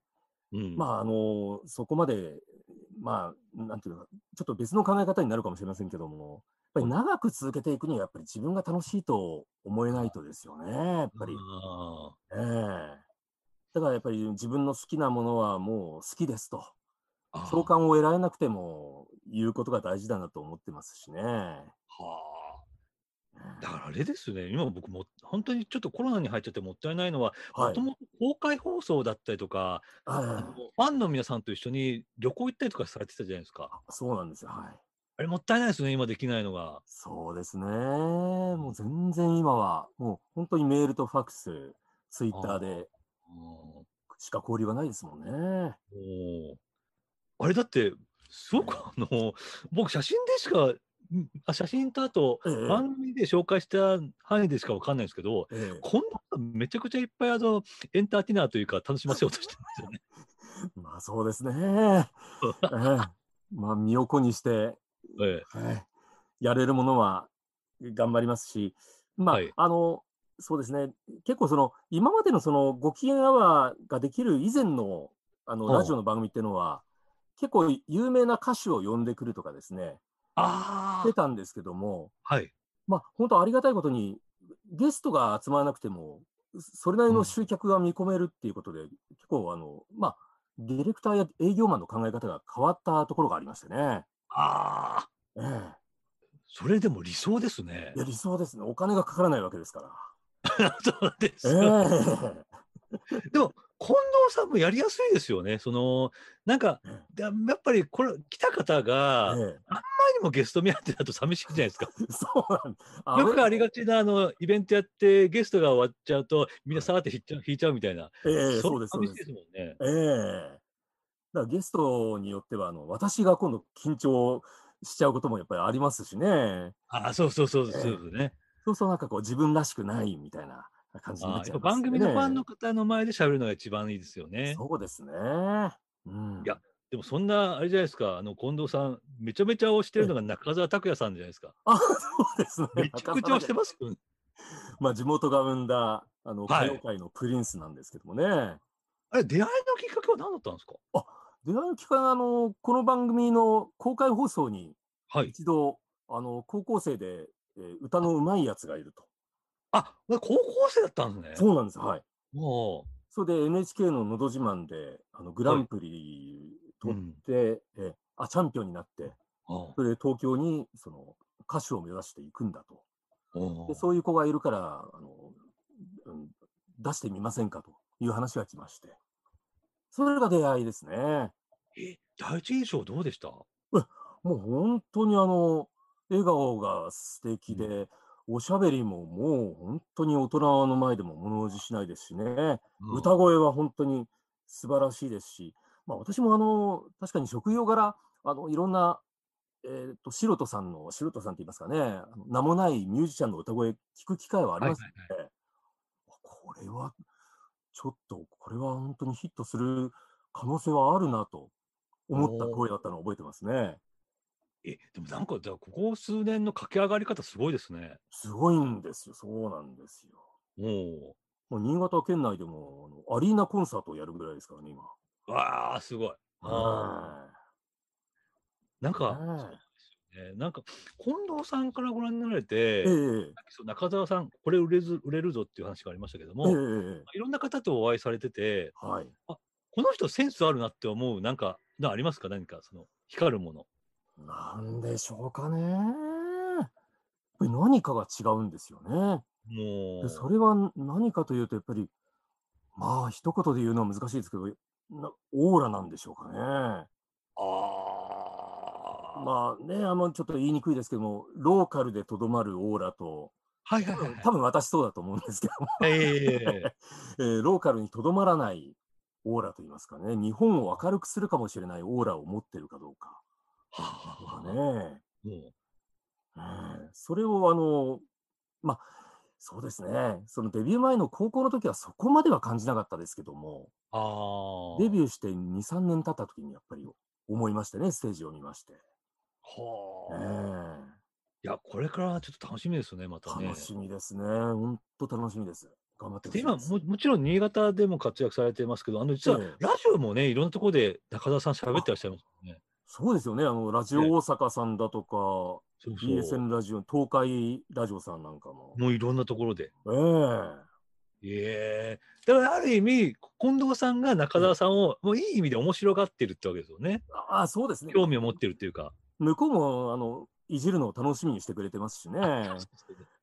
[SPEAKER 2] うん。
[SPEAKER 3] まあ、あの、そこまで、まあ、なんていうか、ちょっと別の考え方になるかもしれませんけども、やっぱり長く続けていくには、やっぱり自分が楽しいと思えないとですよね、やっぱり。
[SPEAKER 2] あ
[SPEAKER 3] ええだからやっぱり自分の好きなものはもう好きですと。
[SPEAKER 2] ー
[SPEAKER 3] 共。感を得られなくても言うことが大事だなと思ってますしね。
[SPEAKER 2] はあ。だからあれですね、今僕も本当にちょっとコロナに入っちゃってもったいないのは、
[SPEAKER 3] は
[SPEAKER 2] も
[SPEAKER 3] い
[SPEAKER 2] と。もと公開放送だったりとか、あの
[SPEAKER 3] あ
[SPEAKER 2] ファンの皆さんと一緒に旅行行ったりとかされてたじゃないですか。
[SPEAKER 3] そうなんですよ。はい。
[SPEAKER 2] あれもったいないですね、今できないのが。
[SPEAKER 3] そうですね。もう全然今は、もう本当にメールとファックス、ツイッターで
[SPEAKER 2] うんお
[SPEAKER 3] しか交流がないですもんね。
[SPEAKER 2] ーあれだって、すごくあの、僕写真でしか、んあ写真とあと
[SPEAKER 3] ええ
[SPEAKER 2] 番組で紹介した範囲でしかわかんないんですけど、
[SPEAKER 3] ええ
[SPEAKER 2] こんなのめちゃくちゃいっぱいあの、エンターテイナーというか楽しませようとしてるんですよね。
[SPEAKER 3] まあそう ですね。ええまあ身を粉にして、
[SPEAKER 2] ええ
[SPEAKER 3] はいやれるものは頑張りますし、まあ、
[SPEAKER 2] はい
[SPEAKER 3] あの、そうですね、結構その、今までのその、ご機嫌アワーができる以前の、あの、
[SPEAKER 2] ほう
[SPEAKER 3] ラジオの番組っていうのは、結構有名な歌手を呼んでくるとかですね、
[SPEAKER 2] あ
[SPEAKER 3] 出
[SPEAKER 2] あ、
[SPEAKER 3] たんですけども、
[SPEAKER 2] はい。
[SPEAKER 3] まあ、本当ありがたいことに、ゲストが集まらなくても、それなりの集客が見込めるっていうことで、結構あの、まあ、ディレクターや営業マンの考え方が変わったところがありましてね。
[SPEAKER 2] ああ。
[SPEAKER 3] ええ
[SPEAKER 2] それでも理想ですね
[SPEAKER 3] い。や、理想ですね。お金がかからないわけですから。
[SPEAKER 2] そうです
[SPEAKER 3] ええ
[SPEAKER 2] よ近藤さんもやりやすいですよね。そのなんか
[SPEAKER 3] うん
[SPEAKER 2] だやっぱりこれ来た方が前に
[SPEAKER 3] ええ
[SPEAKER 2] もゲスト目当てだと寂しいじゃないです か。
[SPEAKER 3] そうなんだ。
[SPEAKER 2] よくあり
[SPEAKER 3] が
[SPEAKER 2] がちなあのイベントやってゲストが終わっちゃうとみんな下がって引いちゃう引いちゃうみたいな。
[SPEAKER 3] ええ
[SPEAKER 2] れ
[SPEAKER 3] そうです、そう
[SPEAKER 2] 寂
[SPEAKER 3] で
[SPEAKER 2] しいで。す
[SPEAKER 3] す
[SPEAKER 2] もんね。
[SPEAKER 3] ええだからゲストによっては、あの、私が今度緊張しちゃうこともやっぱりありますしね。
[SPEAKER 2] あそうそうそうそうですね。
[SPEAKER 3] そうそう、なんかこう自分らしくないみたいな感じにな
[SPEAKER 2] あ
[SPEAKER 3] っ
[SPEAKER 2] や
[SPEAKER 3] ち
[SPEAKER 2] っ
[SPEAKER 3] ゃ
[SPEAKER 2] ぱ
[SPEAKER 3] いま
[SPEAKER 2] 番
[SPEAKER 3] すね
[SPEAKER 2] 組のファンの方の前で喋るのが一番いいですよね。
[SPEAKER 3] そうですね。うん。
[SPEAKER 2] い やでもそんなあれじゃないですか。あの近藤さんめちゃめちゃ推してるのが中澤拓也さんじゃないですか。
[SPEAKER 3] あ、そうですね。
[SPEAKER 2] めちゃくちゃ推してますよね。
[SPEAKER 3] まあ、地元が生んだ、あ
[SPEAKER 2] は
[SPEAKER 3] の、歌
[SPEAKER 2] い
[SPEAKER 3] 謡界のプリンスなんですけどもね。
[SPEAKER 2] あれ、出会いのきっかけは何だったんですか
[SPEAKER 3] 出会いの期間、あの、この番組の公開放送に
[SPEAKER 2] はい。
[SPEAKER 3] 一度、あの、高校生で、えー歌の上手いやつがいると。
[SPEAKER 2] あ、これ高校生だったんですね。
[SPEAKER 3] そうなんです。はい。
[SPEAKER 2] も
[SPEAKER 3] それで NHK ののど自慢で、あの、グランプリ
[SPEAKER 2] う。う
[SPEAKER 3] 取っ
[SPEAKER 2] ん。
[SPEAKER 3] て、えーあ、チャンピオンになって、
[SPEAKER 2] あ
[SPEAKER 3] それで東京に、その、歌手を目指していくんだと。
[SPEAKER 2] あ
[SPEAKER 3] でそういう子がいるから、あの、うん、出してみませんかという話が来まして。それが出会いですね。
[SPEAKER 2] え、第一印象どうでした
[SPEAKER 3] もう本当にあの、笑顔が素敵で、おしゃべりももう本当に大人の前でも物おじしないですしね。歌声は本当に素晴らしいですし、まあ私もあの、確かに職業柄、あの、いろんな、えっ、と、素人さんの、素人さんって言いますかね、あの名もないミュージシャンの歌声聞く機会はあり
[SPEAKER 2] はい
[SPEAKER 3] ま
[SPEAKER 2] はい
[SPEAKER 3] すこれは、ちょっと、これは本当にヒットする可能性はあるなと思った
[SPEAKER 2] おー
[SPEAKER 3] 声だったのを覚えてますね。
[SPEAKER 2] え、でもなんか、じゃあここ数年の駆け上がり方すごいですね。
[SPEAKER 3] すごいんですよ。そうなんですよ。
[SPEAKER 2] も
[SPEAKER 3] もう新潟県内でもあのアリーナコンサートをやるぐらいですからね、今。
[SPEAKER 2] う。わあ、すごい。あ
[SPEAKER 3] は
[SPEAKER 2] なん
[SPEAKER 3] い
[SPEAKER 2] か、ねなんか、近藤さんからご覧になられて、
[SPEAKER 3] えええ
[SPEAKER 2] さっきその中澤さん、これ売れず売れるぞっていう話がありましたけども、
[SPEAKER 3] ええ
[SPEAKER 2] ま
[SPEAKER 3] え
[SPEAKER 2] あいろんな方とお会いされてて、
[SPEAKER 3] はい。
[SPEAKER 2] この人センスあるなって思う、なんか、なありますか何か、その、光るもの。
[SPEAKER 3] なんでしょうかね。やっぱり何かが違うんですよね。
[SPEAKER 2] も
[SPEAKER 3] で
[SPEAKER 2] う。
[SPEAKER 3] それは何かというと、やっぱり、まあ、一言で言うのは難しいですけど、なオーラなんでしょうかね。
[SPEAKER 2] ああ。
[SPEAKER 3] まあね、あの、ちょっと言いにくいですけども、ローカルでとどまるオーラと、
[SPEAKER 2] はいはいはい
[SPEAKER 3] 多分私そうだと思うんですけども、
[SPEAKER 2] はい。ええ
[SPEAKER 3] えーローカルにとどまらないオーラと言いますかね、日本を明るくするかもしれないオーラを持ってるかどうか。
[SPEAKER 2] はあはあはあ
[SPEAKER 3] ねえ。
[SPEAKER 2] も
[SPEAKER 3] うんそれをあの、まあ、そうですね、そのデビュー前の高校の時はそこまでは感じなかったですけども、
[SPEAKER 2] う、ああ。
[SPEAKER 3] デビューして2、3年経った時にやっぱり思いましてね、ステージを見まして。え
[SPEAKER 2] はあ。いや、これからちょっと楽しみですよね、また
[SPEAKER 3] え
[SPEAKER 2] ね
[SPEAKER 3] 楽。しみですね、本当楽しみです。頑張ってほ
[SPEAKER 2] で
[SPEAKER 3] しい
[SPEAKER 2] 今
[SPEAKER 3] です。
[SPEAKER 2] も、もちろん新潟でも活躍されてますけど、あの実は
[SPEAKER 3] ええ
[SPEAKER 2] ラジオもね、いろんなところで中田さん喋ってらっしゃいますよね。
[SPEAKER 3] そうですよね、あのラジオ大阪さんだとか、
[SPEAKER 2] そうそう
[SPEAKER 3] BSN ラジオ、東海ラジオさんなんかも。
[SPEAKER 2] もういろんなところで。
[SPEAKER 3] ええ
[SPEAKER 2] ええだからある意味、近藤さんが中田さんを、もういい意味で面白がってるってわけですよね。
[SPEAKER 3] ああ、そうですね。
[SPEAKER 2] 興味を持ってるっていうか。
[SPEAKER 3] 向こうもあのいじるのを楽しみにしてくれてますしね。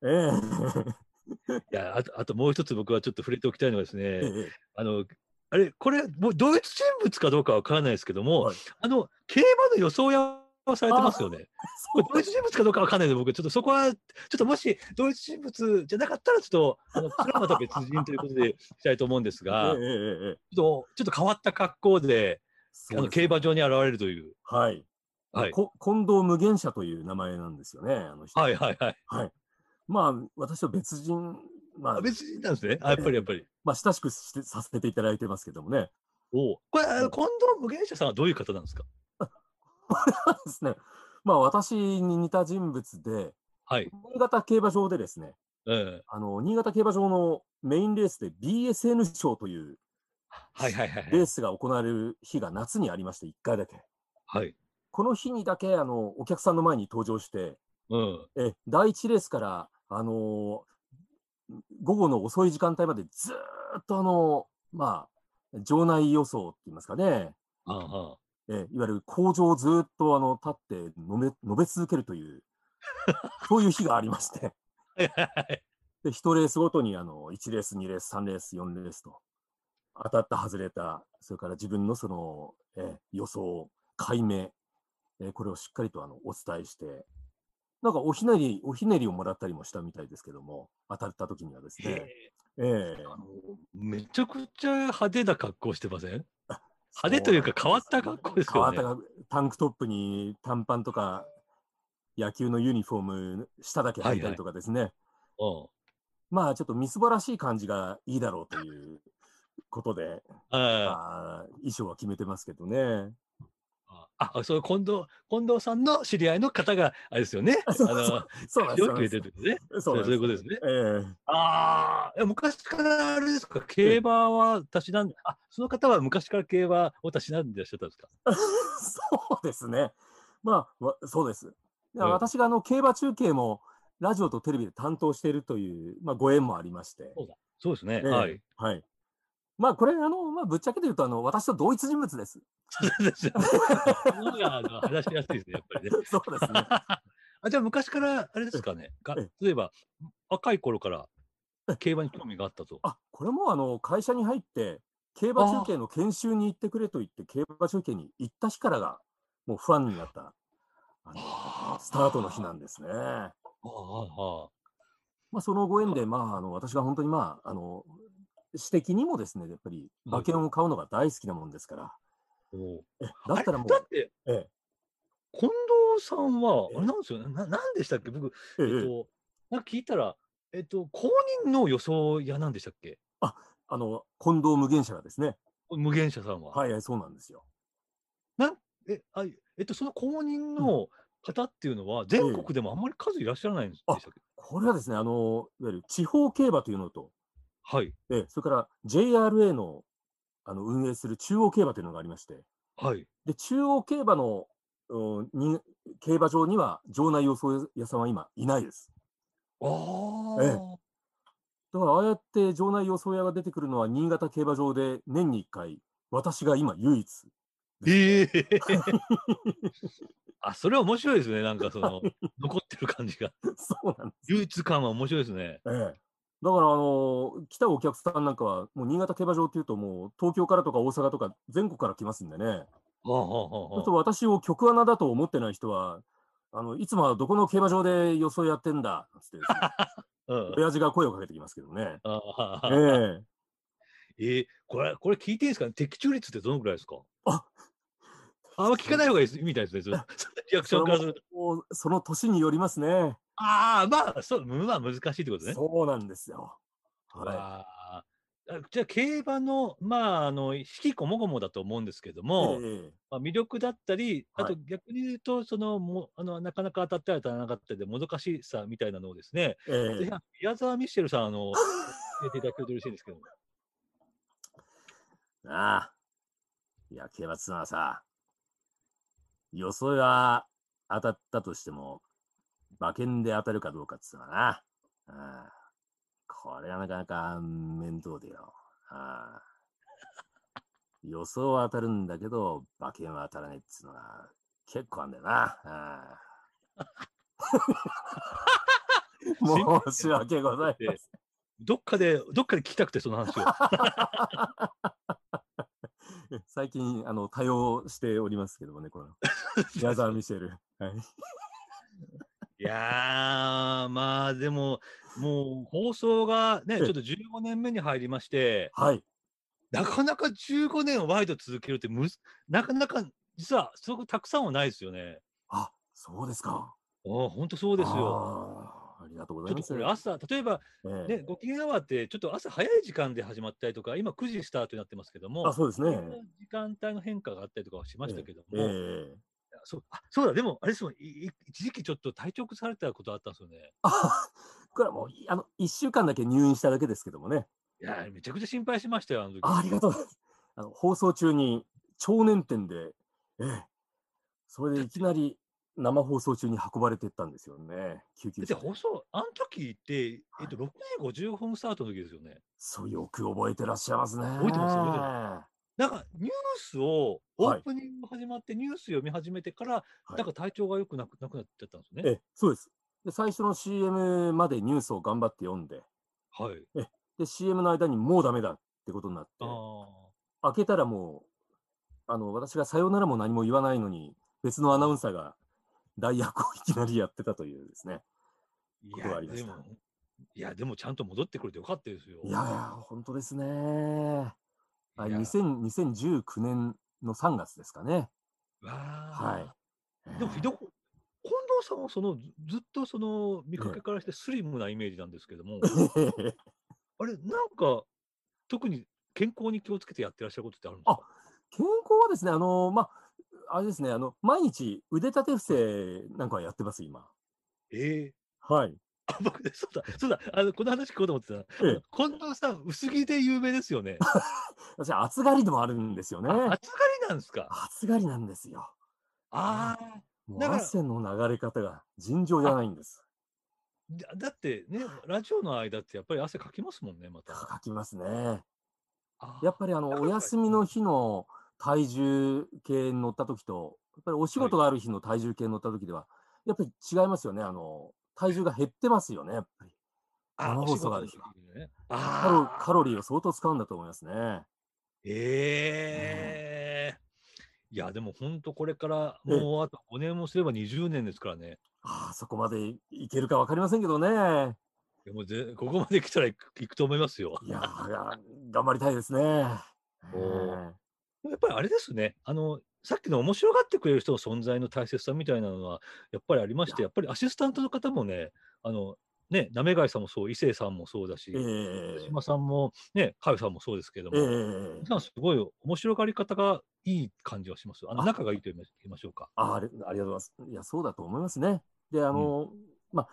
[SPEAKER 3] ええ
[SPEAKER 2] いやあと、あともう一つ僕はちょっと触れておきたいのがですね、
[SPEAKER 3] ええ
[SPEAKER 2] あの、あれ、これ、もう同一人物かどうかはわからないですけども、
[SPEAKER 3] はい
[SPEAKER 2] あの、競馬の予想屋をされてますよね。これ同一人物かどうかわかんないので、僕、ちょっとそこは、ちょっともし同一人物じゃなかったら、ちょっと、あの、それはまた別人ということで したいと思うんですが、
[SPEAKER 3] ええ
[SPEAKER 2] ち
[SPEAKER 3] ええええ
[SPEAKER 2] ょっと、ちょっと変わった格好で、あ
[SPEAKER 3] そう
[SPEAKER 2] の、
[SPEAKER 3] です
[SPEAKER 2] 競馬場に現れるという。
[SPEAKER 3] はい。
[SPEAKER 2] はい。
[SPEAKER 3] こ近藤無限者という名前なんですよね、あの人。
[SPEAKER 2] はいはいはい。
[SPEAKER 3] はいまあ、私は別人、まあ
[SPEAKER 2] あ、別人なんですね。あやっぱりやっぱり。
[SPEAKER 3] まあ、親しくしてさせていただいてますけどもね。
[SPEAKER 2] おうこれ、あの近藤無限者さんはどういう方なんですか
[SPEAKER 3] ですね。まあ、私に似た人物で、
[SPEAKER 2] はい。
[SPEAKER 3] 新潟競馬場でですね、
[SPEAKER 2] うん。
[SPEAKER 3] あの、新潟競馬場のメインレースで BSN 賞という
[SPEAKER 2] はいはいはいは
[SPEAKER 3] レ
[SPEAKER 2] い。
[SPEAKER 3] ースが行われる日が夏にありまして、1回だけ。
[SPEAKER 2] はい。
[SPEAKER 3] この日にだけ、あの、お客さんの前に登場して、
[SPEAKER 2] うん。
[SPEAKER 3] え、第1レースから、あのー午後の遅い時間帯までずーっとあのーまあ、場内予想って言いますかね、
[SPEAKER 2] ああ。
[SPEAKER 3] え、いわゆる工場をずーっとあの、立って述べ、述べ続けると いう、そういう日がありまして、
[SPEAKER 2] はいはいはい。
[SPEAKER 3] で、1レースごとにあの、1レース、2レース、3レース、4レースと、当たった、外れた、それから自分のその、え、予想、解明、え、これをしっかりとあの、お伝えして、なんかおひねり、おひねりをもらったりもしたみたいですけども、当たった時にはです
[SPEAKER 2] へ
[SPEAKER 3] ね。
[SPEAKER 2] え
[SPEAKER 3] ええ
[SPEAKER 2] あのめちゃくちゃ派手な格好してません派手というか変わった格好ですよね
[SPEAKER 3] 変わった格タンクトップに短パンとか、野球のユニフォーム、下だけ履いたりとかですね。
[SPEAKER 2] うん。
[SPEAKER 3] まあ、ちょっとみすぼらしい感じがいいだろうということで、
[SPEAKER 2] あ
[SPEAKER 3] まあ、衣装は決めてますけどね。
[SPEAKER 2] あ、あそう、近藤、近藤さんの知り合いの方が、あれですよね。あ
[SPEAKER 3] そう
[SPEAKER 2] の、
[SPEAKER 3] そうなんで
[SPEAKER 2] よ
[SPEAKER 3] す
[SPEAKER 2] く
[SPEAKER 3] そうなん
[SPEAKER 2] 言
[SPEAKER 3] で
[SPEAKER 2] ってる
[SPEAKER 3] す
[SPEAKER 2] んですね。
[SPEAKER 3] そ
[SPEAKER 2] そうう
[SPEAKER 3] なん
[SPEAKER 2] そうい
[SPEAKER 3] で
[SPEAKER 2] う
[SPEAKER 3] す。
[SPEAKER 2] ことですね。
[SPEAKER 3] ええ
[SPEAKER 2] ああ、昔からあれですか、競馬はたしなんで、あ、その方は昔から競馬をたしなんでいらっしゃったんですか
[SPEAKER 3] そうですね。まあ、わそうです。だから
[SPEAKER 2] うん
[SPEAKER 3] 私があの競馬中継もラジオとテレビで担当しているという、まあ、ご縁もありまして。
[SPEAKER 2] そうですね。
[SPEAKER 3] ええ
[SPEAKER 2] はい。
[SPEAKER 3] はい。まあ、これ、あの、まあ、ぶっちゃけて言うと、あの、私と同一人物です。
[SPEAKER 2] そうです よね。その方があの話しやすいですね、やっぱりね。
[SPEAKER 3] そうですね。
[SPEAKER 2] あじゃあ昔からあれですかね、が
[SPEAKER 3] え
[SPEAKER 2] 例えば若い頃から競馬に興味があったと。
[SPEAKER 3] あ、これも、あの、会社に入って、競馬中継の研修に行ってくれと言って、競馬中継に行った日からが、もうファンになった、あの
[SPEAKER 2] あ
[SPEAKER 3] スタートの日なんですね。
[SPEAKER 2] ああ
[SPEAKER 3] まあ、そのご縁で、まあ、あの、私が本当に、まあ、あの、私的にもですね、やっぱり馬券を買うのが大好きなもんですから、
[SPEAKER 2] おう
[SPEAKER 3] だったらもう
[SPEAKER 2] あれだって、
[SPEAKER 3] ええ
[SPEAKER 2] 近藤さんは、あれなんですよね、ななんでしたっけ、僕、え
[SPEAKER 3] え
[SPEAKER 2] っ
[SPEAKER 3] え
[SPEAKER 2] と、なんか聞いたら、えっと、公認の予想屋なんでしたっけ、
[SPEAKER 3] あの、近藤無限者がですね、
[SPEAKER 2] 無限者さんは。
[SPEAKER 3] はいはい、そうなんですよ。
[SPEAKER 2] えあえっと、その公認の方っていうのは、全国でもあんまり数いらっしゃらないんでしたっけ、
[SPEAKER 3] これはですね、あの、いわゆる地方競馬というのと、
[SPEAKER 2] はい、
[SPEAKER 3] ええそれから JRA のあの運営する中央競馬というのがありまして、
[SPEAKER 2] はい、
[SPEAKER 3] で、中央競馬の、うんに競馬場には場内予想屋さんは今いないです。
[SPEAKER 2] ああ、
[SPEAKER 3] えだからああやって場内予想屋が出てくるのは新潟競馬場で年に1回、私が今唯一。
[SPEAKER 2] ええ あ、それは面白いですね。なんかその、残ってる感じ が。
[SPEAKER 3] そうなんです。
[SPEAKER 2] 唯一感は面白いですね。
[SPEAKER 3] ええ。だから、あの、来たお客さんなんかは、もう新潟競馬場っていうと、もう東京からとか大阪とか全国から来ますんでね。
[SPEAKER 2] はあはあ
[SPEAKER 3] そう
[SPEAKER 2] は
[SPEAKER 3] すると私を局アナだと思ってない人は、あの、いつもはどこの競馬場で予想やってんだ、つってで すね、
[SPEAKER 2] あうん
[SPEAKER 3] 親父が声をかけてきますけ どね。
[SPEAKER 2] あはあ
[SPEAKER 3] ええ
[SPEAKER 2] はあええこれ、これ聞いていいですかね的中率ってどのくらいですかあんま聞かない方がいいみたいですね、そのリアクションからすると。
[SPEAKER 3] もうその年によりますね。
[SPEAKER 2] ああ、まあ、そう、まあ難しいってことね。
[SPEAKER 3] そうなんですよ。は
[SPEAKER 2] わああじゃあ、競馬の、まあ、あの、四季こもごもだと思うんですけど
[SPEAKER 3] い。
[SPEAKER 2] も、
[SPEAKER 3] ええ
[SPEAKER 2] まあ、魅力だったり、あ
[SPEAKER 3] はい
[SPEAKER 2] と逆に言うと、その、もあのなかなか当たったり当たらなかったりで、もどかしさみたいなのをですね、
[SPEAKER 3] ええ
[SPEAKER 2] ぜひ、宮沢ミシェルさん、あの、教えていただけると嬉しいんですけども。
[SPEAKER 3] なあ。いや、競馬っつうのはさ、予想が当たったとしても、馬券で当たるかどうかっつうのはな。ああこれはなかなか面倒でよ。ああ予想は当たるんだけど、馬券は当たらないっつうのが結構あんだよな。ああ申し訳ございません。
[SPEAKER 2] どっかで、どっかで聞きたくて、その 話を。
[SPEAKER 3] 最近、あの、多用しておりますけどもね、この、宮沢ミシェル。はい。
[SPEAKER 2] いやー、まあでも、もう放送がね、
[SPEAKER 3] え
[SPEAKER 2] ち
[SPEAKER 3] え
[SPEAKER 2] ょっと15年目に入りまして、
[SPEAKER 3] はい。
[SPEAKER 2] なかなか15年ワイド続けるってむず、なかなか実はすごくたくさんはないですよね。
[SPEAKER 3] あ、そうですか。
[SPEAKER 2] ああ、本当そうですよ。
[SPEAKER 3] あー。ありがとうご
[SPEAKER 2] ち
[SPEAKER 3] ざ
[SPEAKER 2] ょ
[SPEAKER 3] い
[SPEAKER 2] っ
[SPEAKER 3] ま
[SPEAKER 2] と
[SPEAKER 3] す。
[SPEAKER 2] これ朝、例えば
[SPEAKER 3] ええ
[SPEAKER 2] ね、ご機嫌アワーってちょっと朝早い時間で始まったりとか、今9時スタートになってますけども、
[SPEAKER 3] あ、そうですね。
[SPEAKER 2] 時間帯の変化があったりとかはしましたけども、
[SPEAKER 3] ええ
[SPEAKER 2] そうあそうだ、でもあれですもん、いい一時期ちょっと体調崩されたことあったんですよね。
[SPEAKER 3] あ、 これはもう、あの、一週間だけ入院しただけですけどもね。
[SPEAKER 2] いやー、めちゃくちゃ心配しましたよ、あの時。
[SPEAKER 3] あありがとうございます。あの、放送中に、超年点で、ええそれでいきなり、生放送中に運ばれてったんですよね。救急
[SPEAKER 2] だって
[SPEAKER 3] 車
[SPEAKER 2] 放
[SPEAKER 3] で。
[SPEAKER 2] 送、あの時って、え
[SPEAKER 3] は
[SPEAKER 2] っ
[SPEAKER 3] い
[SPEAKER 2] と、6時55分スタートの時ですよね。
[SPEAKER 3] そう、よく覚えてらっしゃいますね。
[SPEAKER 2] 覚えてます覚えてなんか、ニュースを、オ
[SPEAKER 3] はい
[SPEAKER 2] ープニング始まって、ニュース読み始めてから、
[SPEAKER 3] い
[SPEAKER 2] なんか体調が良くなくなくなっちゃったんですよ
[SPEAKER 3] え
[SPEAKER 2] ね。
[SPEAKER 3] え、そうです。で、最初の CM までニュースを頑張って読んで、
[SPEAKER 2] はい。
[SPEAKER 3] で、CM の間にもうダメだってことになって、
[SPEAKER 2] あ
[SPEAKER 3] 開けたらもう、あの、私がさよならも何も言わないのに、別のアナウンサーが代役をいきなりやってたというですね。
[SPEAKER 2] ー。い
[SPEAKER 3] ことがあり
[SPEAKER 2] や、で
[SPEAKER 3] ました
[SPEAKER 2] も、いや、でもちゃんと戻ってくれてよかったですよ。
[SPEAKER 3] いやいや、本当ですね。あ
[SPEAKER 2] いや
[SPEAKER 3] 2000 2019年の3月ですかね。
[SPEAKER 2] わ
[SPEAKER 3] は
[SPEAKER 2] ー
[SPEAKER 3] い。
[SPEAKER 2] でも、ひど
[SPEAKER 3] く。
[SPEAKER 2] く、近藤さんはその、ずずっとその、見かけからしてスリムなイメージなんですけども、 あれ、なんか、特に健康に気をつけてやってらっしゃることってあるんですか
[SPEAKER 3] 健康はですね、あの、まあ、あれですね、あの、毎日腕立て伏せなんかはやってます、今。
[SPEAKER 2] ええ
[SPEAKER 3] はい。
[SPEAKER 2] あ僕ねそうだ、そうだ、あの、この話聞こうと思ってた。あ
[SPEAKER 3] ええ
[SPEAKER 2] の近藤さん、薄着で有名ですよね。
[SPEAKER 3] 私、暑がりでもあるんですよね。
[SPEAKER 2] あ暑がりなんですか。
[SPEAKER 3] 暑がりなんですよ。
[SPEAKER 2] ああ、
[SPEAKER 3] もう
[SPEAKER 2] だから
[SPEAKER 3] 汗の流れ方が尋常じゃないんです。
[SPEAKER 2] だだってね、ラジオの間ってやっぱり汗かきますもんね、また。
[SPEAKER 3] かきますね。
[SPEAKER 2] あー
[SPEAKER 3] やっぱりあの、
[SPEAKER 2] だか
[SPEAKER 3] お
[SPEAKER 2] ら
[SPEAKER 3] 休みの日の体重計に乗った時と、やっぱりお仕事がある日の体重計に乗った時では、やっぱり違いますよね。あの、体重が減ってますよね、やっぱり。
[SPEAKER 2] あ
[SPEAKER 3] 生
[SPEAKER 2] お
[SPEAKER 3] 放
[SPEAKER 2] 仕事
[SPEAKER 3] 送があ
[SPEAKER 2] の
[SPEAKER 3] る
[SPEAKER 2] 時
[SPEAKER 3] 日
[SPEAKER 2] に
[SPEAKER 3] は
[SPEAKER 2] ね。
[SPEAKER 3] カロ
[SPEAKER 2] ああ、
[SPEAKER 3] カロリーを相当使うんだと思いますね。
[SPEAKER 2] ええいや、でも本当これからもうあと5年もすれば20年ですからね。
[SPEAKER 3] ああ、そこまでいいけるかわかりませんけどね。
[SPEAKER 2] いやもうぜここまで来たら行く行くと思いますよ。
[SPEAKER 3] いやー、が頑張りたいですね。
[SPEAKER 2] お
[SPEAKER 3] ええ
[SPEAKER 2] やっぱりあれですね、あの、さっきの面白がってくれる人の存在の大切さみたいなのは、やっぱりありまして、
[SPEAKER 3] い
[SPEAKER 2] やっぱりアシスタントの方もね、あの、ね、なめがいさんもそう、伊勢さんもそうだし、
[SPEAKER 3] え
[SPEAKER 2] 手島さんも、ね、かよさんもそうですけど
[SPEAKER 3] え
[SPEAKER 2] も、
[SPEAKER 3] ええ
[SPEAKER 2] 皆さんすごい面白がり方がいい感じはします。あの、
[SPEAKER 3] あ
[SPEAKER 2] 仲がいいと言いま言いましょうか。
[SPEAKER 3] ああれありがとうございます。いや、そうだと思いますね。で、あの、まあ、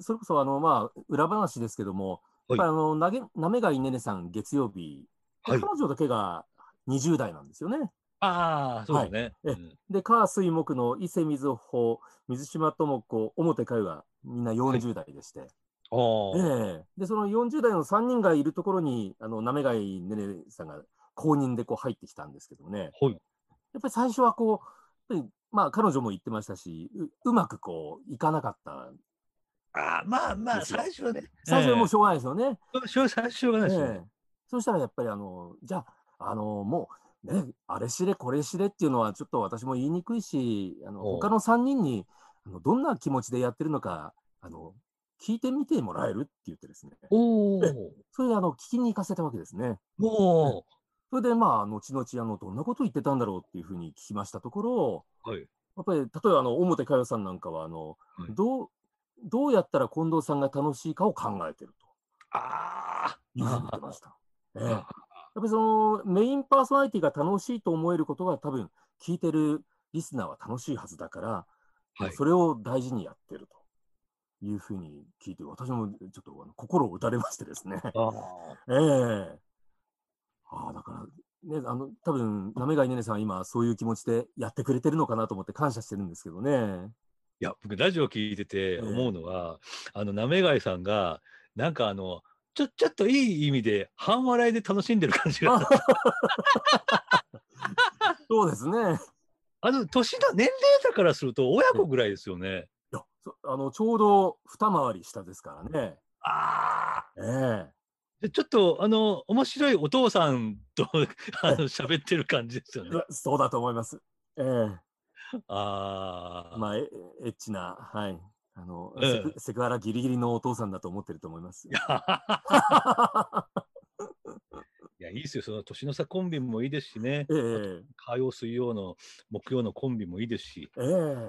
[SPEAKER 3] それこそ、あの、まあ、裏話ですけども、
[SPEAKER 2] はい
[SPEAKER 3] やっぱりあの、なげ、なめがいねねさん、月曜日、
[SPEAKER 2] はい
[SPEAKER 3] 彼。女だけが20代なんですよね。
[SPEAKER 2] ああ、そうですね。
[SPEAKER 3] はいで、火、水、木の伊勢水穂、水島智子、表かゆが、みんな40代でして。
[SPEAKER 2] うん、ああ、
[SPEAKER 3] ええで、その40代の3人がいるところに、あの、なめがいねねさんが公認でこう入ってきたんですけどもね。
[SPEAKER 2] はい。
[SPEAKER 3] やっぱり最初はこう、やっぱりまあ彼女も言ってましたし、ううまくこう、いかなかった。
[SPEAKER 2] ああ、まあまあ、
[SPEAKER 3] ですよ
[SPEAKER 2] 最初はね。
[SPEAKER 3] 最初はもう
[SPEAKER 2] し
[SPEAKER 3] しょうがないですよね。
[SPEAKER 2] ょ、最初はしょうがないですよ
[SPEAKER 3] え
[SPEAKER 2] ね。
[SPEAKER 3] えそうしたらやっぱりあの、じゃあ、あの、もう、ね、あれしれこれしれっていうのはちょっと私も言いにくいし、あの、
[SPEAKER 2] おう
[SPEAKER 3] 他の3人に、あの、どんな気持ちでやってるのか、あの、聞いてみてもらえるって言ってですね。
[SPEAKER 2] おお、
[SPEAKER 3] それであの、聞きに行かせたわけですね。
[SPEAKER 2] もう、
[SPEAKER 3] それでまあ、後々、あの、どんなことを言ってたんだろうっていうふうに聞きましたところ、
[SPEAKER 2] はい。
[SPEAKER 3] やっぱり、例えば、あの、表佳代さんなんかは、あの、
[SPEAKER 2] はい
[SPEAKER 3] どう、どうやったら近藤さんが楽しいかを考えてる
[SPEAKER 2] あ
[SPEAKER 3] というふうに言ってま した。ええ。やっ
[SPEAKER 2] あ。
[SPEAKER 3] ぱりその、メインパーソナリティが楽しいと思えることが多分、聞いてるリスナーは楽しいはずだから、
[SPEAKER 2] はい。
[SPEAKER 3] それを大事にやってるというふうに聞いて、私もちょっとあの心を打たれましてです ね。
[SPEAKER 2] ああ。
[SPEAKER 3] ええああ、だから、ね、あの、多分、なめがいねねさんは今、そういう気持ちでやってくれてるのかなと思って感謝してるんですけどね。
[SPEAKER 2] いや、僕、ラジオ聞いてて思うのは、あの、なめがいさんが、なんかあの、ちょ、ちょっといい意味で、半笑いで楽しんでる感じが。
[SPEAKER 3] そうですね。い
[SPEAKER 2] あの、年の年齢だからすると、親子ぐらいですよね。
[SPEAKER 3] や、そあの、ちょうど二回り下ですからね。
[SPEAKER 2] ああ。
[SPEAKER 3] ええ
[SPEAKER 2] でちょっと、あの、面白いお父さんと、あの、喋ってる感じですよ
[SPEAKER 3] い
[SPEAKER 2] ね。
[SPEAKER 3] やそうだと思います。ええ
[SPEAKER 2] ああ。
[SPEAKER 3] まあ、エエッチな、はい。あの、
[SPEAKER 2] ええ
[SPEAKER 3] セクセクハラギリギリのお父さんだと思ってると思います。
[SPEAKER 2] いや、いいですよ。その年の差コンビもいいですしね。
[SPEAKER 3] ええ
[SPEAKER 2] 火曜、水曜の、木曜のコンビもいいですし、
[SPEAKER 3] ええ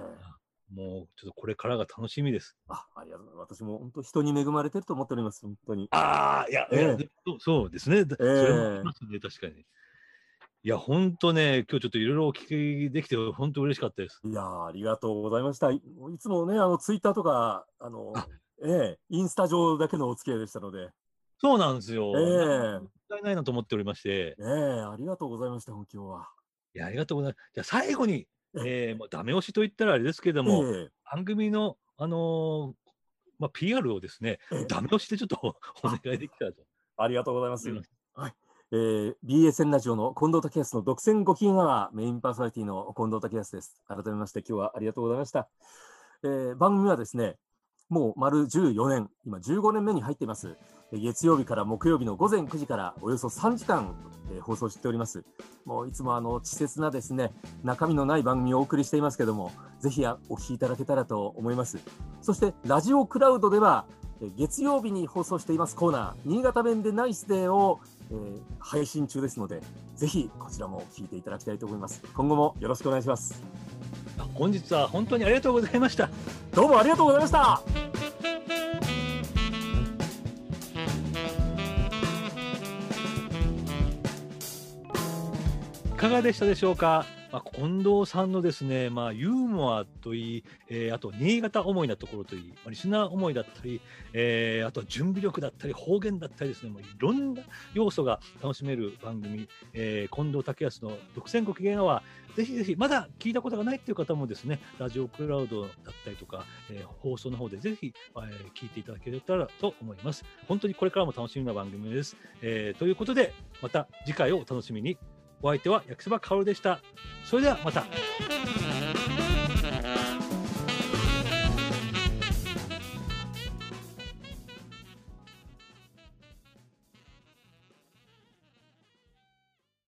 [SPEAKER 2] もうちょっとこれからが楽しみです。
[SPEAKER 3] あ、ありがとうございます。私も本当人に恵まれてると思っております。本当に。
[SPEAKER 2] ああ、いや、
[SPEAKER 3] ええ
[SPEAKER 2] いやそうそうですね。だ
[SPEAKER 3] ええ
[SPEAKER 2] それもありますね、確かに。いや、本当ね、今日ちょっといろいろお聞きできて、本当嬉しかったです。
[SPEAKER 3] いやーありがとうございました。いいつもね、あの、ツイッターとか、あの、ええ、インスタ上だけのお付き合いでしたので、
[SPEAKER 2] そうなんですよ。
[SPEAKER 3] ええ
[SPEAKER 2] もったいないなと思っておりまして。
[SPEAKER 3] ええ、ありがとうございました、今日は。
[SPEAKER 2] いや、ありがとうございます。じゃあ最後に、
[SPEAKER 3] え
[SPEAKER 2] えー、もうダメ押しと言ったらあれですけれども、
[SPEAKER 3] え
[SPEAKER 2] 番組の、あのーまあ、PR をですね、
[SPEAKER 3] ええ
[SPEAKER 2] ダメ押しでちょっと お願いできたらと。
[SPEAKER 3] ありがとうございます
[SPEAKER 2] うん。
[SPEAKER 3] はい。えー、BSN ラジオの近藤武康の独占ご機嫌アワーメインパーソナリティの近藤武康です。改めまして今日はありがとうございました。えー、番組はですね、もう丸14年、今15年目に入っています。えー月曜日から木曜日の午前9時からおよそ3時間、えー放送しております。もういつもあの、稚拙なですね、中身のない番組をお送りしていますけども、ぜひあお聞きいただけたらと思います。そして、ラジオクラウドでは、えー月曜日に放送していますコーナー、新潟弁でナイスデーを、えー配信中ですので、ぜひこちらも聞いていただきたいと思います。今後もよろしくお願いします。
[SPEAKER 2] あ本日は本当にありがとうございました。
[SPEAKER 3] どうもありがとうございました。
[SPEAKER 2] いかがでしたでしょうか、まあ、近藤さんのですね、まあ、ユーモアといい、えーあと新潟思いなところといい、まあ、リスナー思いだったり、えーあとは準備力だったり方言だったりですねもういろんな要素が楽しめる番組、えー近藤武康の「独占ご機嫌はぜひぜひまだ聞いたことがないっていう方もですねラジオクラウドだったりとか、えー放送の方でぜひ、えー聞いていただけたらと思います本当にこれからも楽しみな番組です、えーということでまた次回をお楽しみにお相手は焼きそばかおるでした。それではまた。